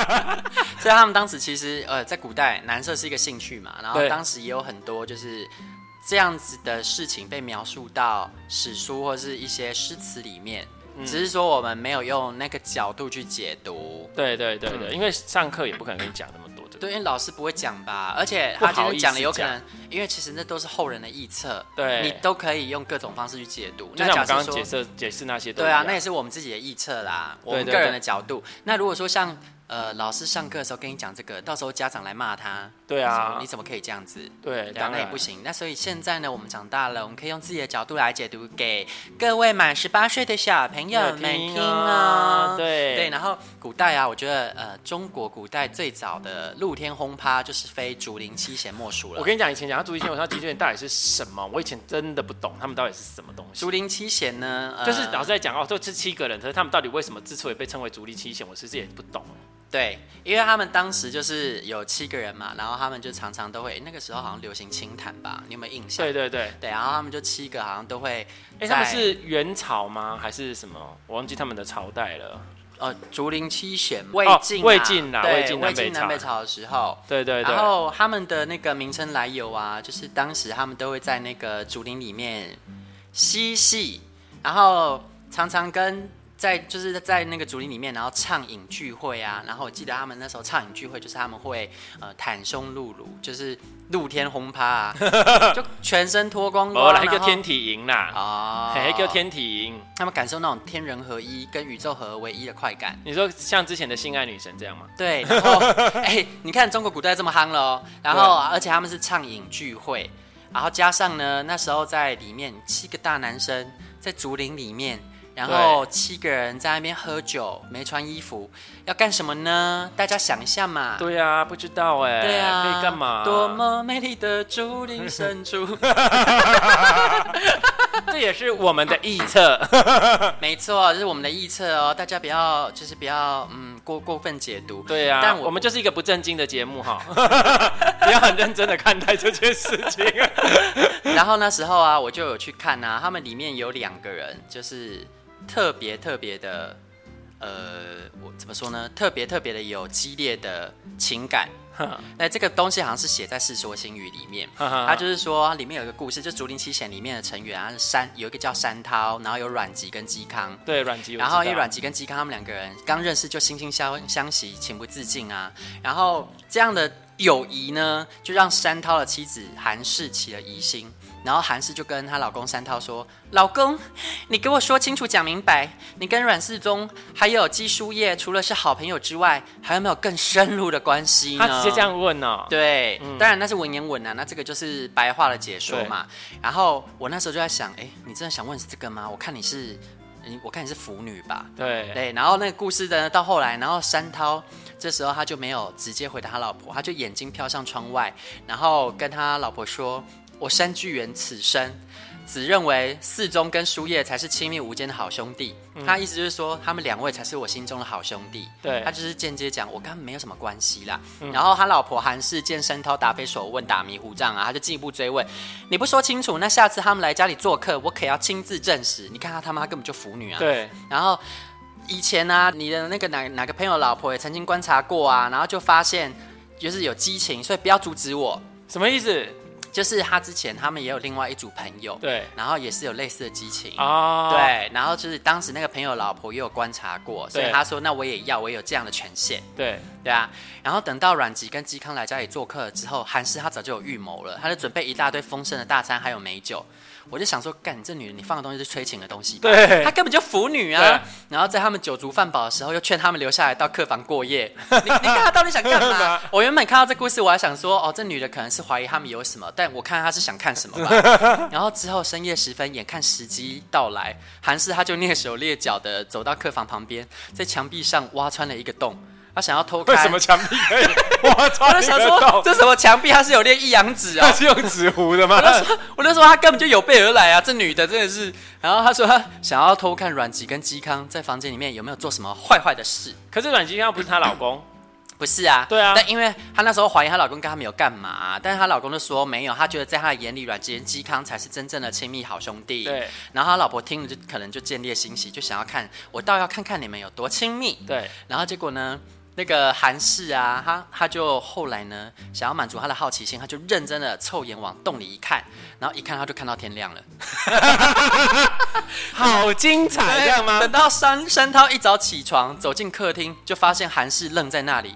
[SPEAKER 1] 所以他们当时其实呃，在古代男色是一个兴趣嘛，然后
[SPEAKER 2] 对
[SPEAKER 1] 当时也有很多就是这样子的事情被描述到史书或是一些诗词里面，
[SPEAKER 2] 嗯
[SPEAKER 1] 只是说我们没有用那个角度去解读。
[SPEAKER 2] 对对对
[SPEAKER 1] 嗯
[SPEAKER 2] 对，因为上课也不可能跟你讲那么多，对不对
[SPEAKER 1] 对，因为老师不会讲吧，而且
[SPEAKER 2] 嗯不
[SPEAKER 1] 他今
[SPEAKER 2] 好
[SPEAKER 1] 天
[SPEAKER 2] 意
[SPEAKER 1] 讲
[SPEAKER 2] 思
[SPEAKER 1] 的有可
[SPEAKER 2] 讲
[SPEAKER 1] 能，因为其实那都是后人的臆测，
[SPEAKER 2] 对
[SPEAKER 1] 你都可以用各种方式去解读。
[SPEAKER 2] 就
[SPEAKER 1] 那
[SPEAKER 2] 像我
[SPEAKER 1] 假
[SPEAKER 2] 们刚
[SPEAKER 1] 设说，
[SPEAKER 2] 刚解释解释那些都一
[SPEAKER 1] 对啊
[SPEAKER 2] 样，
[SPEAKER 1] 那也是我们自己的臆测啦，我们
[SPEAKER 2] 对
[SPEAKER 1] 个
[SPEAKER 2] 对
[SPEAKER 1] 人的角度。那如果说像呃老师上课的时候跟你讲这个，到时候家长来骂他，
[SPEAKER 2] 对啊
[SPEAKER 1] 说你怎么可以这样子？
[SPEAKER 2] 对，
[SPEAKER 1] 对啊
[SPEAKER 2] 当
[SPEAKER 1] 那也
[SPEAKER 2] 然
[SPEAKER 1] 不。行。那所以现在呢，我们长大了，我们可以用自己的角度来解读给各位满十八岁的小朋友们
[SPEAKER 2] 听
[SPEAKER 1] 听
[SPEAKER 2] 啊
[SPEAKER 1] 啊。
[SPEAKER 2] 对
[SPEAKER 1] 对，然后古代啊，我觉得呃，中国古代最早的露天轰趴就是非竹林七贤莫属了。
[SPEAKER 2] 我跟你讲，以前讲到竹林七贤，我想到极限到底是什么？我以前真的不懂他们到底是什么东西。
[SPEAKER 1] 竹林七贤呢，呃
[SPEAKER 2] 就是老师在讲哦，都这七个人，可是他们到底为什么之所以被称为竹林七贤，我其实也不懂。
[SPEAKER 1] 对，因为他们当时就是有七个人嘛，然后他们就常常都会，那个时候好像流行清谈吧，你有没有印象？
[SPEAKER 2] 对对对，哎、
[SPEAKER 1] 对，然后他们就七个好像都会在，
[SPEAKER 2] 他们是元朝吗？还是什么？我忘记他们的朝代了。
[SPEAKER 1] 呃竹林七贤，魏晋、啊
[SPEAKER 2] 魏晋啦
[SPEAKER 1] 对
[SPEAKER 2] 魏
[SPEAKER 1] 魏
[SPEAKER 2] 晋南北
[SPEAKER 1] 晋南北
[SPEAKER 2] 朝
[SPEAKER 1] 朝的时候，
[SPEAKER 2] 对对对
[SPEAKER 1] 然，后他们的那个名称来由啊，就是当时他们都会在那个竹林里面嬉戏，然后常常跟在就是在那个竹林里面，然后畅饮聚会啊。然后我记得他们那时候畅饮聚会，就是他们会呃袒胸露乳，就是露天轰趴啊，就全身脱光
[SPEAKER 2] 哦，
[SPEAKER 1] 光，
[SPEAKER 2] 来一个
[SPEAKER 1] 然后
[SPEAKER 2] 天体营啦，
[SPEAKER 1] 哦，
[SPEAKER 2] 嘿，一个，天体营。
[SPEAKER 1] 他们感受那种天人合一跟宇宙合为一的快感。
[SPEAKER 2] 你说像之前的性爱女神这样吗？
[SPEAKER 1] 对，然后哎、你看中国古代这么夯了哦，然后而且他们是畅饮聚会，然后加上呢，那时候在里面七个大男生在竹林里面，然后七个人在那边喝酒，没穿衣服，要干什么呢？大家想一下嘛。
[SPEAKER 2] 对啊，不知道哎、
[SPEAKER 1] 对啊，
[SPEAKER 2] 可以干嘛？
[SPEAKER 1] 多么美丽的竹林深 处，
[SPEAKER 2] 这也是我们的臆 测。
[SPEAKER 1] 啊没错，这是我们的臆测哦，大家不要就是不要嗯过过分解读。
[SPEAKER 2] 对啊，
[SPEAKER 1] 但
[SPEAKER 2] 我
[SPEAKER 1] 我
[SPEAKER 2] 们就是一个不正经的节目哈， 不要很认真的看待这件事 情。
[SPEAKER 1] 然后那时候啊，我就有去看啊，他们里面有两个人，就是特别特别的，呃，我怎么说呢？特别特别的有激烈的情感。那这个东西好像是写在《世说新语》里面，
[SPEAKER 2] 啊
[SPEAKER 1] 它就是说里面有一个故事，就竹林七贤里面的成员啊，山有一个叫山涛，然后有阮籍跟嵇康，
[SPEAKER 2] 对阮籍，我知道
[SPEAKER 1] 然后因为阮籍跟嵇康他们两个人刚认识就惺惺相相惜，情不自禁啊。然后这样的友谊呢，就让山涛的妻子韩氏起了疑心。然后韩氏就跟她老公山涛说：“老公，你给我说清楚、讲明白，你跟阮世宗还有姬叔夜，除了是好朋友之外，还有没有更深入的关系呢？”
[SPEAKER 2] 他直接这样问哦、
[SPEAKER 1] 对，当然那是文言文啊，那这个就是白话的解说嘛。然后我那时候就在想，哎，你真的想问是这个吗？我看你是，你我看你是腐女吧？
[SPEAKER 2] 对
[SPEAKER 1] 对，然后那个故事呢，到后来，然后山涛这时候他就没有直接回答他老婆，他就眼睛飘向窗外，然后跟他老婆说：“我山居元此生。”只认为四中跟书叶才是亲密无间的好兄弟，他意思就是说他们两位才是我心中的好兄弟。
[SPEAKER 2] 嗯对嗯
[SPEAKER 1] 他就是间接讲我跟他们没有什么关系啦。然后他老婆韩氏见山涛答非所问、打迷糊仗啊，他就进一步追问：你不说清楚，那下次他们来家里做客，我可要亲自证实。你看他他妈根本就腐女啊！
[SPEAKER 2] 对
[SPEAKER 1] 然后以前呢、啊，你的那个哪哪个朋友老婆也曾经观察过啊，然后就发现就是有激情，所以不要阻止我。
[SPEAKER 2] 什么意思？
[SPEAKER 1] 就是他之前他们也有另外一组朋友，
[SPEAKER 2] 对
[SPEAKER 1] 然后也是有类似的激情。
[SPEAKER 2] 哦，
[SPEAKER 1] 对，然后就是当时那个朋友老婆也有观察过，所以
[SPEAKER 2] 对
[SPEAKER 1] 他说那我也要，我也有这样的权限，
[SPEAKER 2] 对
[SPEAKER 1] 对啊。然后等到阮籍跟嵇康来家里做客之后，韩氏他早就有预谋了，他就准备一大堆丰盛的大餐，还有美酒。我就想说，干你这女人，你放的东西是催情的东西吧？
[SPEAKER 2] 对
[SPEAKER 1] 她根本就腐女
[SPEAKER 2] 对
[SPEAKER 1] 啊！然后在他们酒足饭饱的时候，又劝他们留下来到客房过夜。 你你看她到底想干
[SPEAKER 2] 啊
[SPEAKER 1] 嘛？我原本看到这故事，我还想说，哦，这女的可能是怀疑他们有什么，但我看她是想看什么吧。然后之后深夜时分，眼看时机到来，韩氏她就蹑手蹑脚的走到客房旁边，在墙壁上挖穿了一个洞，她想要偷看。
[SPEAKER 2] 为什么？墙壁可以挖
[SPEAKER 1] 我
[SPEAKER 2] 穿
[SPEAKER 1] 就
[SPEAKER 2] 一
[SPEAKER 1] 想
[SPEAKER 2] 个
[SPEAKER 1] 说
[SPEAKER 2] 洞，？
[SPEAKER 1] 这什么墙壁？它是有列抑阳指啊、
[SPEAKER 2] 它是用纸糊的吗？
[SPEAKER 1] 我就说他根本就有备而来啊，这女的真的是。然后他说他想要偷看阮籍跟嵇康在房间里面有没有做什么坏坏的事。
[SPEAKER 2] 可是阮籍刚不是她老公，
[SPEAKER 1] 不是啊，
[SPEAKER 2] 对啊
[SPEAKER 1] 但因为她那时候怀疑她老公跟她没有干嘛、但是她老公就说没有，她觉得在她的眼里，阮籍跟嵇康才是真正的亲密好兄弟。
[SPEAKER 2] 对，
[SPEAKER 1] 然后她老婆听了就可能就见猎心喜，就想要看我倒要看看你们有多亲密。
[SPEAKER 2] 对，
[SPEAKER 1] 然后结果呢，那个韩氏啊，他他就后来呢，想要满足他的好奇心，他就认真的凑眼往洞里一看，然后一看他就看到天亮了。
[SPEAKER 2] 好精哎彩，这样吗？
[SPEAKER 1] 等到山山涛一早起床，走进客厅，就发现韩氏愣在 那里。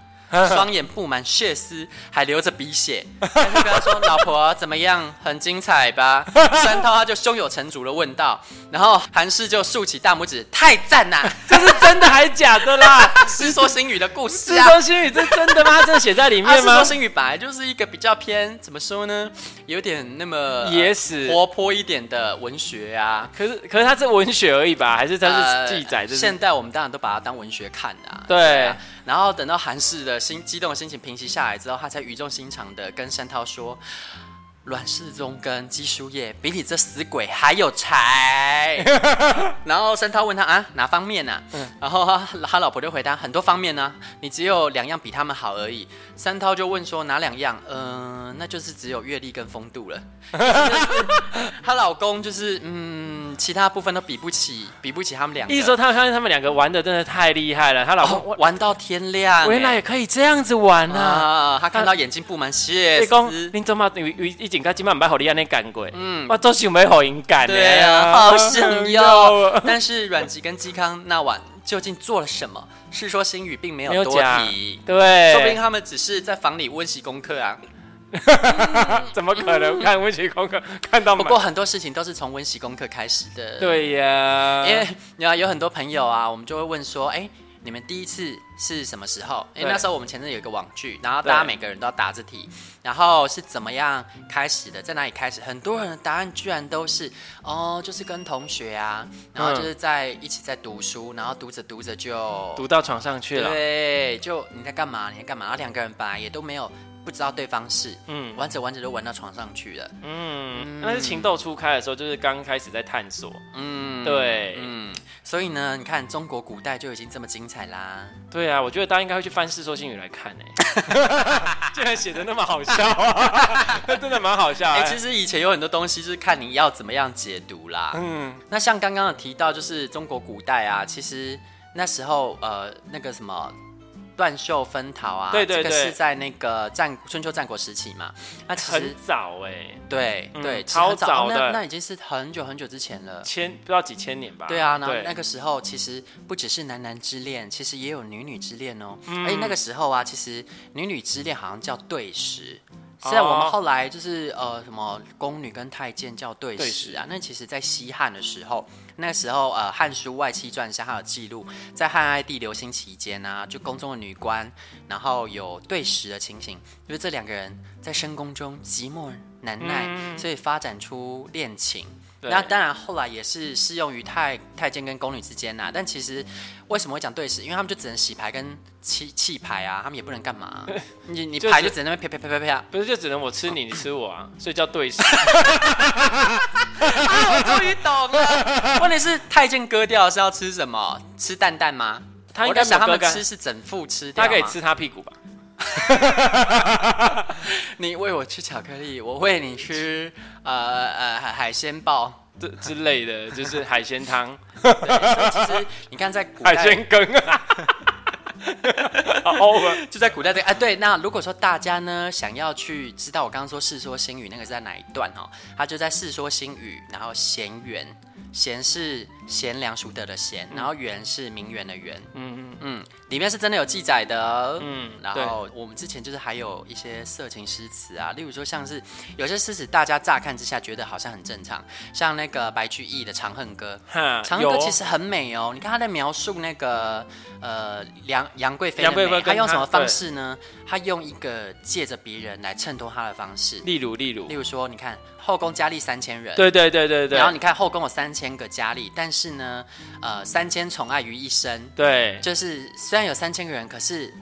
[SPEAKER 1] 双眼布满血丝，还流着鼻血。他就跟他说：“老婆啊怎么样？很精彩吧？” 山涛他就胸有成竹的问道，然后韩氏就竖起大拇指：“太赞啦！
[SPEAKER 2] 这是真的还假的啦？
[SPEAKER 1] 《世说新语》的故事
[SPEAKER 2] 是
[SPEAKER 1] 啊，
[SPEAKER 2] 周星宇这真的吗？这写在里
[SPEAKER 1] 《啊，
[SPEAKER 2] 面
[SPEAKER 1] 世说
[SPEAKER 2] 吗？
[SPEAKER 1] 新语》本来就是一个比较偏怎么说呢，有点那么
[SPEAKER 2] 野史
[SPEAKER 1] 活泼一点的文学啊。
[SPEAKER 2] 可是可是它是文学而已吧？还是它
[SPEAKER 1] 呃
[SPEAKER 2] 是记载？这
[SPEAKER 1] 现
[SPEAKER 2] 是
[SPEAKER 1] 代我们当然都把它当文学看啊。
[SPEAKER 2] 对
[SPEAKER 1] 啊。然后等到韩氏的心激动的心情平息下来之后，他才语重心长的跟山涛说：“阮氏宗跟姬书叶比你这死鬼还有才。 然后山涛问他啊哪方面啊？然后他他老婆就回答很多方面呢、你只有两样比他们好而已。山涛就问说哪两样？嗯、那就是只有阅历跟风度了。 她老公就是嗯，其他部分都比不起，比不起他们两个。
[SPEAKER 2] 一说他发现他们两个玩的真的太厉害了，她老公
[SPEAKER 1] 哦玩到天亮、欸，
[SPEAKER 2] 原来也可以这样子玩啊！
[SPEAKER 1] 啊，他看到眼睛布满血
[SPEAKER 2] 你讲
[SPEAKER 1] 丝，。
[SPEAKER 2] 你怎么有有以前到今晚唔捌互你安尼干过？嗯，我都想要互因干的。
[SPEAKER 1] 对啊，好想要
[SPEAKER 2] 啊。
[SPEAKER 1] 但是阮籍跟嵇康那晚究竟做了什么？《世说新语》并没
[SPEAKER 2] 没有
[SPEAKER 1] 有多
[SPEAKER 2] 讲
[SPEAKER 1] 提，说不定
[SPEAKER 2] 对，嗯
[SPEAKER 1] 他们只是在房里温习功课啊。
[SPEAKER 2] 啊怎么可能看温习功课看到
[SPEAKER 1] 嗯不
[SPEAKER 2] 满？
[SPEAKER 1] 过很多事情都是从温习功课开始的。，
[SPEAKER 2] 对呀，
[SPEAKER 1] 因为你要有很多朋友啊，我们就会问说，哎、你们第一次是什么时候？因为
[SPEAKER 2] 对
[SPEAKER 1] 那时候我们前阵有一个网剧，然后大家
[SPEAKER 2] 对
[SPEAKER 1] 每个人都要答这题，然后是怎么样开始的，在哪里开始？很多人的答案居然都是哦，就是跟同学啊，然后就是在一起在读书，然后读着读着就
[SPEAKER 2] 嗯读到床上去了。
[SPEAKER 1] 对，就你在干嘛？你在干嘛？然后两个人本来也都没有不知道对方是，
[SPEAKER 2] 嗯
[SPEAKER 1] 玩着玩着就玩到床上去了，
[SPEAKER 2] 嗯，那是情窦初开的时候，就是刚开始在探索。
[SPEAKER 1] 嗯，
[SPEAKER 2] 对，
[SPEAKER 1] 嗯，所以呢，你看中国古代就已经这么精彩啦。
[SPEAKER 2] 对啊，我觉得大家应该会去翻《世说新语》来看诶， 竟然写的那么好笑啊，那真的蛮好笑
[SPEAKER 1] 哎、
[SPEAKER 2] 哎。
[SPEAKER 1] 其实以前有很多东西是看你要怎么样解读啦。
[SPEAKER 2] 嗯，
[SPEAKER 1] 那像刚刚有提到，就是中国古代啊，其实那时候呃那个什么。断袖分桃啊，
[SPEAKER 2] 对对
[SPEAKER 1] 这个
[SPEAKER 2] 对
[SPEAKER 1] 是在那个战春秋战国时期嘛。那其
[SPEAKER 2] 很
[SPEAKER 1] 实
[SPEAKER 2] 早哎、
[SPEAKER 1] 对
[SPEAKER 2] 嗯
[SPEAKER 1] 对，其实
[SPEAKER 2] 超
[SPEAKER 1] 很
[SPEAKER 2] 早
[SPEAKER 1] 哦
[SPEAKER 2] 的
[SPEAKER 1] 那那已经是很久很久之前了。
[SPEAKER 2] 千不知道几千年吧。
[SPEAKER 1] 对啊，然后
[SPEAKER 2] 对，
[SPEAKER 1] 那个时候其实不只是男男之恋，其实也有女女之恋哦。
[SPEAKER 2] 嗯
[SPEAKER 1] 而且那个时候啊，其实女女之恋好像叫对食，虽然我
[SPEAKER 2] 哦
[SPEAKER 1] 们后来就是呃什么宫女跟太监叫对
[SPEAKER 2] 对
[SPEAKER 1] 食啊，那其实在西汉的时候。那时候，呃，《汉书外戚传》下还有记录，在汉哀帝流行期间啊，就宫中的女官，然后有对食的情形，就是这两个人在深宫中寂寞难耐，
[SPEAKER 2] 嗯
[SPEAKER 1] 所以发展出恋情。
[SPEAKER 2] 对
[SPEAKER 1] 那当然，后来也是适用于太太监跟宫女之间呐、但其实为什么会讲对食？因为他们就只能洗牌跟弃弃牌啊，他们也不能干嘛 啊、你你
[SPEAKER 2] 就是
[SPEAKER 1] 牌就只能在那边啪啪啪啪 啪。
[SPEAKER 2] 不是就只能我吃你，你吃我啊，所以叫对 视。
[SPEAKER 1] 啊，我终于懂了。问题是太监割掉是要吃什么？吃蛋蛋吗？
[SPEAKER 2] 他应
[SPEAKER 1] 我
[SPEAKER 2] 该
[SPEAKER 1] 在想他
[SPEAKER 2] 没有
[SPEAKER 1] 们
[SPEAKER 2] 割干
[SPEAKER 1] 吃是整副吃掉
[SPEAKER 2] 他
[SPEAKER 1] 吗
[SPEAKER 2] 可以吃他屁股吧？
[SPEAKER 1] 你喂我吃巧克力，我喂你吃呃呃海海鲜 鲍。
[SPEAKER 2] 这之类 的，就是海鲜汤、
[SPEAKER 1] 对，所以其实你看在古代
[SPEAKER 2] 海鲜羹啊。 好 over
[SPEAKER 1] 就在古代这个啊，对。那如果说大家呢想要去知道我刚刚说《世说新语》那个是在哪一段哦，它就在《世说新语》，然后贤元，贤是贤良淑德的贤，然后元是名媛的元，嗯嗯嗯，里面是真的有记载的，嗯。然后我们之前就是还有一些色情诗词啊，例如说像是有些诗词，大家乍看之下觉得好像很正常，像那个白居易的《长恨歌》，
[SPEAKER 2] 哈
[SPEAKER 1] 长
[SPEAKER 2] 啊有
[SPEAKER 1] 歌其实很美哦，你看他在描述那个呃杨杨贵妃
[SPEAKER 2] 杨
[SPEAKER 1] 的
[SPEAKER 2] 贵
[SPEAKER 1] 美，
[SPEAKER 2] 妃跟
[SPEAKER 1] 他用什么
[SPEAKER 2] 她
[SPEAKER 1] 方式呢？他用一个借着别人来衬托他的方式，
[SPEAKER 2] 例如例如
[SPEAKER 1] 例，如说，你看后宫佳丽三千人，
[SPEAKER 2] 对对对对对
[SPEAKER 1] 然后，你看后宫有三千个佳丽，但是呢，呃，三千宠爱于一身，
[SPEAKER 2] 对
[SPEAKER 1] 就是虽然有三千个人，可是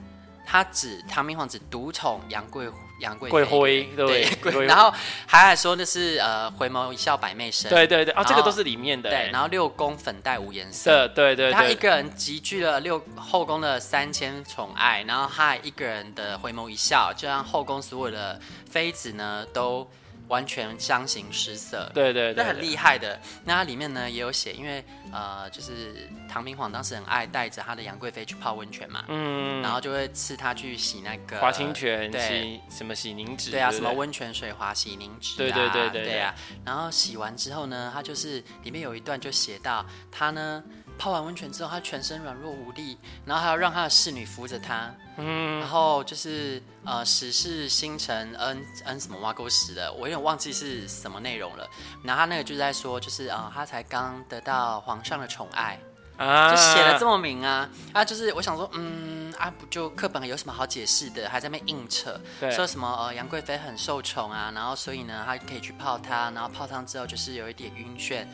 [SPEAKER 1] 他只唐明皇只独宠杨贵杨贵妃
[SPEAKER 2] 贵。妃对
[SPEAKER 1] 对，贵
[SPEAKER 2] 贵妃
[SPEAKER 1] 然后还还说那是呃回眸一笑百媚生，
[SPEAKER 2] 对对对啊，
[SPEAKER 1] 然后
[SPEAKER 2] 这个都是里面的
[SPEAKER 1] 对，
[SPEAKER 2] 欸
[SPEAKER 1] 然后六宫粉黛无颜色，
[SPEAKER 2] 色对对
[SPEAKER 1] 他一
[SPEAKER 2] 对，
[SPEAKER 1] 个人集聚了六后宫的三千宠爱，然后他还一个人的回眸一笑，就让后宫所有的妃子呢都完全相形失色。
[SPEAKER 2] 对对
[SPEAKER 1] 这
[SPEAKER 2] 对，
[SPEAKER 1] 很厉害的。那它里面呢也有写，因为呃，就是唐明皇当时很爱带着他的杨贵妃去泡温泉嘛，
[SPEAKER 2] 嗯，
[SPEAKER 1] 然后就会赐她去洗那个
[SPEAKER 2] 华清泉
[SPEAKER 1] 嗯对
[SPEAKER 2] 洗什么洗凝脂，
[SPEAKER 1] 对啊，
[SPEAKER 2] 不
[SPEAKER 1] 什么温泉水滑洗凝脂、啊，
[SPEAKER 2] 对对对对
[SPEAKER 1] 对啊。然后洗完之后呢，他就是里面有一段就写到他呢泡完温泉之后，他全身软弱无力，然后还要让他的侍女扶着他，嗯，然后就是呃史事星辰恩恩什么挖沟石的，我有点忘记是什么内容了。然后他那个就在说，就是啊、呃他才刚得到皇上的宠爱。
[SPEAKER 2] 啊
[SPEAKER 1] 就写了这么明啊啊，就是我想说，嗯啊，不就课本有什么好解释的，还在那边硬扯
[SPEAKER 2] 对，
[SPEAKER 1] 说什么呃杨贵妃很受宠啊，然后所以呢，她可以去泡汤，然后泡汤之后就是有一点晕眩，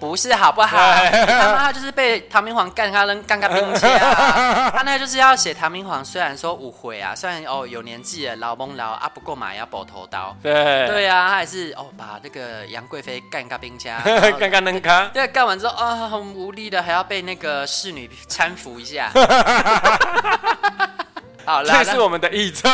[SPEAKER 1] 不是好不好？ 他妈就是被唐明皇干他扔干干冰切啊，他那就是要写唐明皇虽然说五回啊，虽然哦有年纪了，老蒙老啊，不过嘛也要保头刀。
[SPEAKER 2] 对
[SPEAKER 1] 对啊，他还是哦，把那个杨贵妃干个冰家，
[SPEAKER 2] 对， 刚刚能看，
[SPEAKER 1] 对，干完之后啊、很无力的，还要被那个侍女搀扶一 下。好啦，
[SPEAKER 2] 这是
[SPEAKER 1] 那
[SPEAKER 2] 我们的臆测。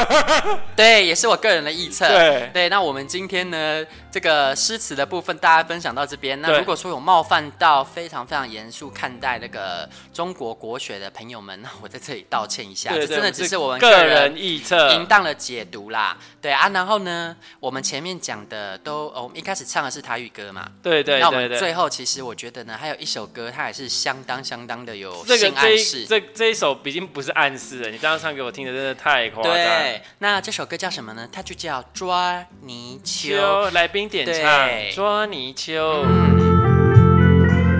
[SPEAKER 1] 对，也是我个人的臆测。
[SPEAKER 2] 对
[SPEAKER 1] 那我们今天呢，这个诗词的部分大家分享到这边。那
[SPEAKER 2] 对
[SPEAKER 1] 如果说有冒犯到非常非常严肃看待那个中国国学的朋友们，那我在这里道歉一下，
[SPEAKER 2] 对
[SPEAKER 1] 啊这
[SPEAKER 2] 对
[SPEAKER 1] 真的只是我们
[SPEAKER 2] 个
[SPEAKER 1] 个
[SPEAKER 2] 人
[SPEAKER 1] 人
[SPEAKER 2] 臆
[SPEAKER 1] 淫
[SPEAKER 2] 测，
[SPEAKER 1] 荡的解读啦。对啊，然后呢，我们前面讲的都，哦我们一开始唱的是台语歌嘛，
[SPEAKER 2] 对对
[SPEAKER 1] 那我
[SPEAKER 2] 对
[SPEAKER 1] 们
[SPEAKER 2] 对。
[SPEAKER 1] 最后其实我觉得呢，还有一首歌，它也是相当相当的有
[SPEAKER 2] 这个
[SPEAKER 1] 性
[SPEAKER 2] 这
[SPEAKER 1] 暗
[SPEAKER 2] 一
[SPEAKER 1] 示。
[SPEAKER 2] 这这一首已经不是暗示了，你这样唱给我听的真的太夸张了。
[SPEAKER 1] 对，那这首歌叫什么呢？它就叫《抓泥鳅》。
[SPEAKER 2] 秋来宾点
[SPEAKER 1] 对
[SPEAKER 2] 唱捉泥鳅，
[SPEAKER 1] 嗯，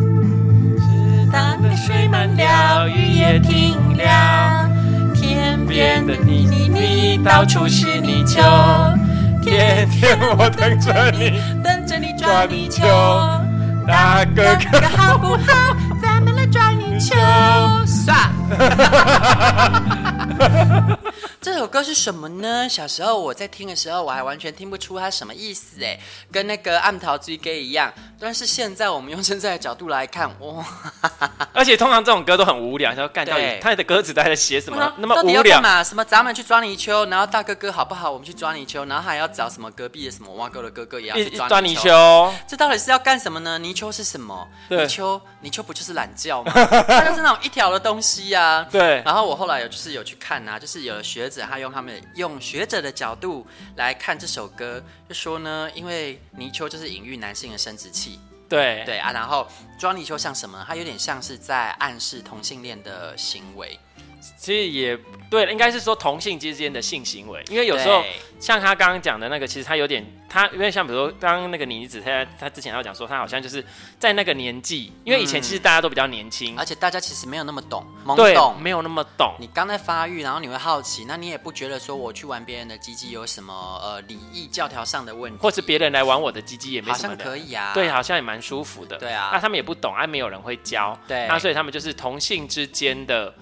[SPEAKER 2] 池
[SPEAKER 1] 塘的水满了，雨也停了，天边的泥泥泥到处是泥鳅，
[SPEAKER 2] 天
[SPEAKER 1] 天
[SPEAKER 2] 天我等着你，
[SPEAKER 1] 等着你抓
[SPEAKER 2] 抓
[SPEAKER 1] 泥
[SPEAKER 2] 泥
[SPEAKER 1] 鳅
[SPEAKER 2] 鳅。大哥
[SPEAKER 1] 哥
[SPEAKER 2] 哥
[SPEAKER 1] 哥。好不好？咱们来抓泥鳅。算。这首歌是什么呢？小时候我在听的时候，我还完全听不出它什么意思哎，跟那个《暗桃追 gay》一样。但是现在我们用现在的角度来看，哇，
[SPEAKER 2] 而且通常这种歌都很无聊，想要干到底
[SPEAKER 1] 对
[SPEAKER 2] 他的歌词到底在写什么？那么
[SPEAKER 1] 到底
[SPEAKER 2] 无
[SPEAKER 1] 要
[SPEAKER 2] 聊
[SPEAKER 1] 干，嘛？什么咱们去抓泥鳅，然后大哥哥好不好？我们去抓泥鳅，然后还要找什么隔壁的什么挖沟的哥哥也要
[SPEAKER 2] 一
[SPEAKER 1] 去
[SPEAKER 2] 一抓
[SPEAKER 1] 泥
[SPEAKER 2] 泥
[SPEAKER 1] 鳅。
[SPEAKER 2] 鳅，
[SPEAKER 1] 这到底是要干什么呢？泥鳅是什么？
[SPEAKER 2] 对
[SPEAKER 1] 泥鳅，泥鳅不就是懒觉 吗？它就是那种一条的东西呀、啊。
[SPEAKER 2] 对
[SPEAKER 1] 然后我后来有就是有去看啊，就是有的学者他用他们用学者的角度来看这首歌，就说呢，因为泥鳅就是隐喻男性的生殖器，
[SPEAKER 2] 对
[SPEAKER 1] 对啊，然后装泥鳅像什么？它有点像是在暗示同性恋的行为。
[SPEAKER 2] 其实也对，应该是说同性之间的性行为，因为有时候
[SPEAKER 1] 对
[SPEAKER 2] 像他刚刚讲的那个，其实他有点，他因为像比如说刚刚那个妮子，他他之前要讲说，他好像就是在那个年纪，因为以前其实大家都比较年轻，嗯
[SPEAKER 1] 而且大家其实没有那么懂，懵
[SPEAKER 2] 对，
[SPEAKER 1] 懂，
[SPEAKER 2] 没有那么懂，
[SPEAKER 1] 你刚在发育，然后你会好奇，那你也不觉得说我去玩别人的鸡鸡有什么呃礼仪教条上的问题，
[SPEAKER 2] 或是别人来玩我的鸡鸡也没
[SPEAKER 1] 好
[SPEAKER 2] 什么
[SPEAKER 1] 像
[SPEAKER 2] 的，
[SPEAKER 1] 可以啊，
[SPEAKER 2] 对，好像也蛮舒服的。
[SPEAKER 1] 对啊
[SPEAKER 2] 那、他们也不懂，啊，没有人会教，
[SPEAKER 1] 对
[SPEAKER 2] 那所以他们就是同性之间的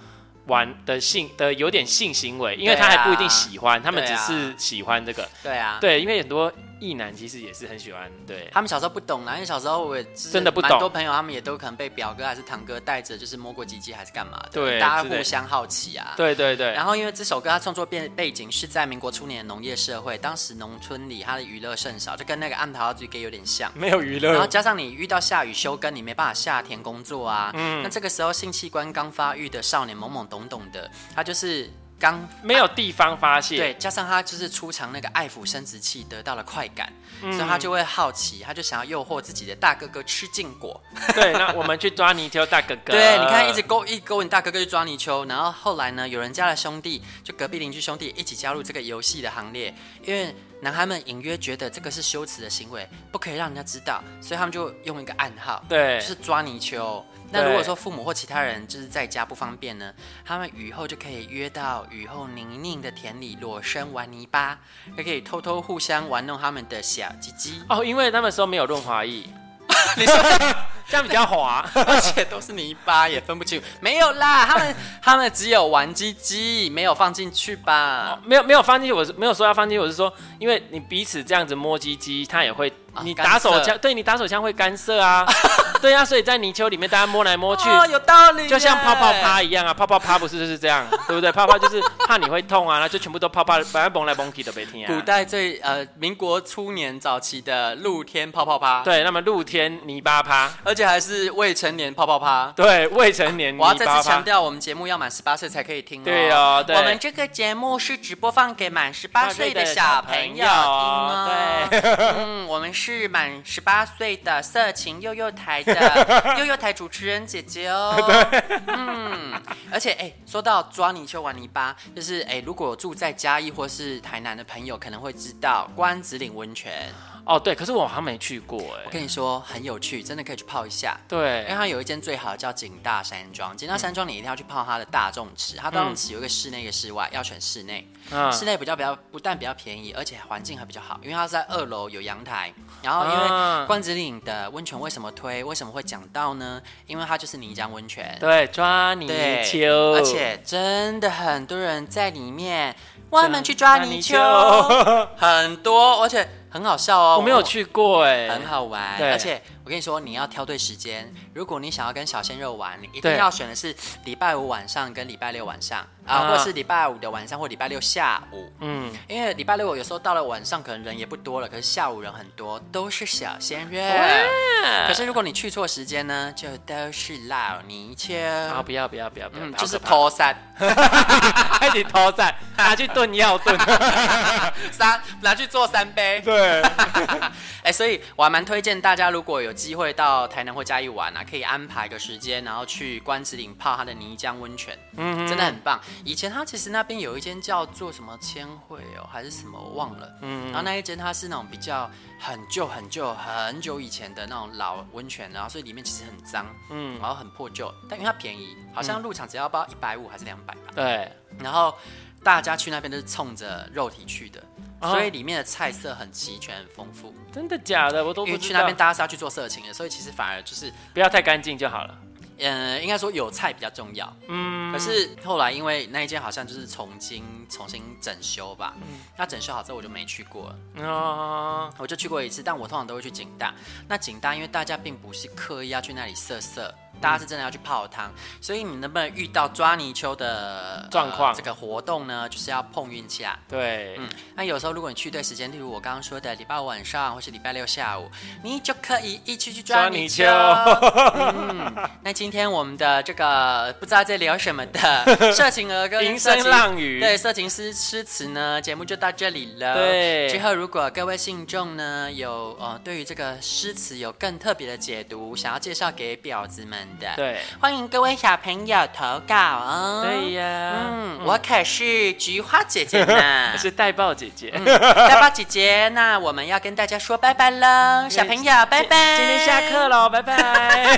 [SPEAKER 2] 玩的性的有点性行为，因为
[SPEAKER 1] 对
[SPEAKER 2] 他还不一
[SPEAKER 1] 啊
[SPEAKER 2] 定喜欢，他们
[SPEAKER 1] 对
[SPEAKER 2] 只
[SPEAKER 1] 啊
[SPEAKER 2] 是喜欢这个。
[SPEAKER 1] 对啊，
[SPEAKER 2] 对，因为很多异男其实也是很喜欢，对，
[SPEAKER 1] 他们小时候不懂啦，啊因为小时候我也就是
[SPEAKER 2] 真的不懂
[SPEAKER 1] 蛮多朋友他们也都可能被表哥还是堂哥带着，就是摸过鸡鸡还是干嘛的，
[SPEAKER 2] 对
[SPEAKER 1] 大
[SPEAKER 2] 之
[SPEAKER 1] 家
[SPEAKER 2] 类的
[SPEAKER 1] 互相好奇啊。
[SPEAKER 2] 对对对，
[SPEAKER 1] 然后，因为这首歌它创作背背景是在民国初年的农业社会，当时农村里它的娱乐甚少，就跟那个《暗桃之歌》有点像。
[SPEAKER 2] 没有娱
[SPEAKER 1] 然后
[SPEAKER 2] 乐，
[SPEAKER 1] 加上你遇到下雨休耕，你没办法下田工作啊。那这个时候性器官刚发育的少年懵懵懂懂的，他就是刚
[SPEAKER 2] 没有地方发泄，
[SPEAKER 1] 对，加上他就是初尝那个爱抚生殖器得到了快感，所以他就会好奇，他就想要诱惑自己的大哥哥吃禁果。
[SPEAKER 2] 对，那我们去抓泥鳅大哥哥，
[SPEAKER 1] 对，你看一直勾一勾引大哥哥去抓泥鳅，然后后来呢，有人家的兄弟就隔壁邻居兄弟一起加入这个游戏的行列，因为男孩们隐约觉得这个是羞耻的行为，不可以让人家知道，所以他们就用一个暗号，
[SPEAKER 2] 对，
[SPEAKER 1] 就是抓泥鳅。那如果说父母或其他人就是在家不方便呢，他们雨后就可以约到雨后泥泞的田里裸身玩泥巴，也可以偷偷互相玩弄他们的小鸡鸡
[SPEAKER 2] 哦，因为他们说没有润滑液，
[SPEAKER 1] 你说
[SPEAKER 2] 这样比较滑，
[SPEAKER 1] 而且都是泥巴，也分不清。没有啦，他们他们只有玩鸡鸡，没有放进去吧？
[SPEAKER 2] 没有没有放进去，我是没有说要放进去，我是说，因为你彼此这样子摸鸡鸡，它也会，
[SPEAKER 1] 啊
[SPEAKER 2] 你
[SPEAKER 1] 干
[SPEAKER 2] 打手
[SPEAKER 1] 涉
[SPEAKER 2] 枪，对你打手枪会干 涉啊，对啊，所以在泥鳅里面大家摸来摸去，
[SPEAKER 1] 哦，有道理耶，
[SPEAKER 2] 就像泡泡趴一样啊，泡泡趴不是就是这样， 对不对？泡泡就是怕你会痛啊，那就全部都泡泡，反正蹦来蹦去的被听
[SPEAKER 1] 古
[SPEAKER 2] 啊。
[SPEAKER 1] 代最呃民国初年早期的露天泡泡趴，，
[SPEAKER 2] 对，那么露天泥巴趴，
[SPEAKER 1] 而且还是未成年泡泡趴。
[SPEAKER 2] 对未成年泥
[SPEAKER 1] 我
[SPEAKER 2] 巴
[SPEAKER 1] 要再
[SPEAKER 2] 趴，
[SPEAKER 1] 次强调，我们节目要满十八岁才可以听哦。
[SPEAKER 2] 对哦对
[SPEAKER 1] 我们这个节目是只播放给满十八岁的小朋友听哦。
[SPEAKER 2] 对，
[SPEAKER 1] 嗯，我们是满十八岁的色情幼幼台的幼幼台主持人姐姐哦。嗯，而且哎、说到抓泥鳅玩泥巴，就是哎、如果有住在嘉义或是台南的朋友，可能会知道关子岭温泉。
[SPEAKER 2] 哦，对，可是我好像没去过
[SPEAKER 1] 我
[SPEAKER 2] 哎、
[SPEAKER 1] 跟你说很有趣，真的可以去泡一下。因为
[SPEAKER 2] 对，
[SPEAKER 1] 它有一间最好的叫景大山庄，景大
[SPEAKER 2] 嗯
[SPEAKER 1] 山庄你一定要去泡它的大众池，它大众池有一个室内一个室外，要选室内。
[SPEAKER 2] 嗯
[SPEAKER 1] 室内比较比较不但比较便宜，而且环境还比较好，因为它是在二楼有阳台。然哦后因
[SPEAKER 2] 啊
[SPEAKER 1] 为关子岭的温泉为什么推，为什么会讲到呢？因为它就是泥浆温泉，
[SPEAKER 2] 对，抓泥
[SPEAKER 1] 对，
[SPEAKER 2] 鳅，
[SPEAKER 1] 而且真的很多人在里面，我们去
[SPEAKER 2] 抓
[SPEAKER 1] 抓泥鳅， 很多，而且很好笑哦。
[SPEAKER 2] 我没有去过哎、
[SPEAKER 1] 很好玩，
[SPEAKER 2] 对
[SPEAKER 1] 而且我跟你说，你要挑对时间。如果你想要跟小鲜肉玩，你一定
[SPEAKER 2] 对
[SPEAKER 1] 要选的是礼拜五晚上跟礼拜六晚上啊，
[SPEAKER 2] 啊
[SPEAKER 1] 或者是礼拜五的晚上或礼拜六下午。
[SPEAKER 2] 嗯，
[SPEAKER 1] 因为礼拜六有时候到了晚上可能人也不多了，可是下午人很多，都是小鲜肉。可是如果你去错时间呢，就都是老泥
[SPEAKER 2] 啊，
[SPEAKER 1] 鳅，
[SPEAKER 2] 不要不要不要不要，
[SPEAKER 1] 嗯，
[SPEAKER 2] 好
[SPEAKER 1] 就是
[SPEAKER 2] 可怕，
[SPEAKER 1] 偷三
[SPEAKER 2] 一起偷在， 拿去炖药炖，
[SPEAKER 1] 三拿去做三杯。
[SPEAKER 2] 对，
[SPEAKER 1] 哎、所以我还蛮推荐大家，如果有机会到台南或嘉义玩啊，可以安排个时间，然后去关子岭泡它的泥浆温泉，嗯，真的很棒。以前它其实那边有一间叫做什么千惠哦，还是什么我忘了，嗯，然后那一间它是那种比较很旧很旧很久以前的那种老温泉，然后所以里面其实很脏，嗯，然后很破旧，但因为它便宜，好像入场只要包一百五还是两百吧，
[SPEAKER 2] 对，
[SPEAKER 1] 然后大家去那边都是冲着肉体去的，
[SPEAKER 2] 哦
[SPEAKER 1] 所以里面的菜色很齐全很丰富。
[SPEAKER 2] 真的假的？我都
[SPEAKER 1] 因
[SPEAKER 2] 不
[SPEAKER 1] 为
[SPEAKER 2] 知
[SPEAKER 1] 去那
[SPEAKER 2] 道
[SPEAKER 1] 边，大家是要去做色情的，所以其实反而就是，
[SPEAKER 2] 不要太干净就好了。
[SPEAKER 1] 嗯，应该说有菜比较重要。嗯，可是后来因为那一间好像就是重新重新整修吧，
[SPEAKER 2] 嗯
[SPEAKER 1] 那整修好之后我就没去过了，
[SPEAKER 2] 哦，
[SPEAKER 1] 我就去过一次，但我通常都会去景大。那景大因为大家并不是刻意要去那里色色。
[SPEAKER 2] 嗯
[SPEAKER 1] 大家是真的要去泡汤，所以你能不能遇到抓泥鳅的呃
[SPEAKER 2] 状况
[SPEAKER 1] 这个活动呢，就是要碰运气啊。
[SPEAKER 2] 对，
[SPEAKER 1] 嗯，那有时候如果你去对时间，例如我刚刚说的礼拜五晚上或是礼拜六下午，你就可以一起去抓泥鳅。嗯，那今天我们的这个不知道在聊什么 的色情儿跟
[SPEAKER 2] 银
[SPEAKER 1] 色
[SPEAKER 2] 声
[SPEAKER 1] 情
[SPEAKER 2] 浪语，
[SPEAKER 1] 对，色情诗诗词呢，节目就到这里了。
[SPEAKER 2] 对
[SPEAKER 1] 之后如果各位信众呢有呃对于这个诗词有更特别的解读，想要介绍给婊子们的，，
[SPEAKER 2] 对，
[SPEAKER 1] 欢迎各位小朋友投稿哦。
[SPEAKER 2] 对呀，
[SPEAKER 1] 嗯，我可是菊花姐姐呢
[SPEAKER 2] 我，是带爆姐姐，
[SPEAKER 1] 嗯大宝姐姐。那我们要跟大家说拜拜喽，小朋友拜拜，
[SPEAKER 2] 嗯 今天下课。喽，拜拜。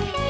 [SPEAKER 1] 嗯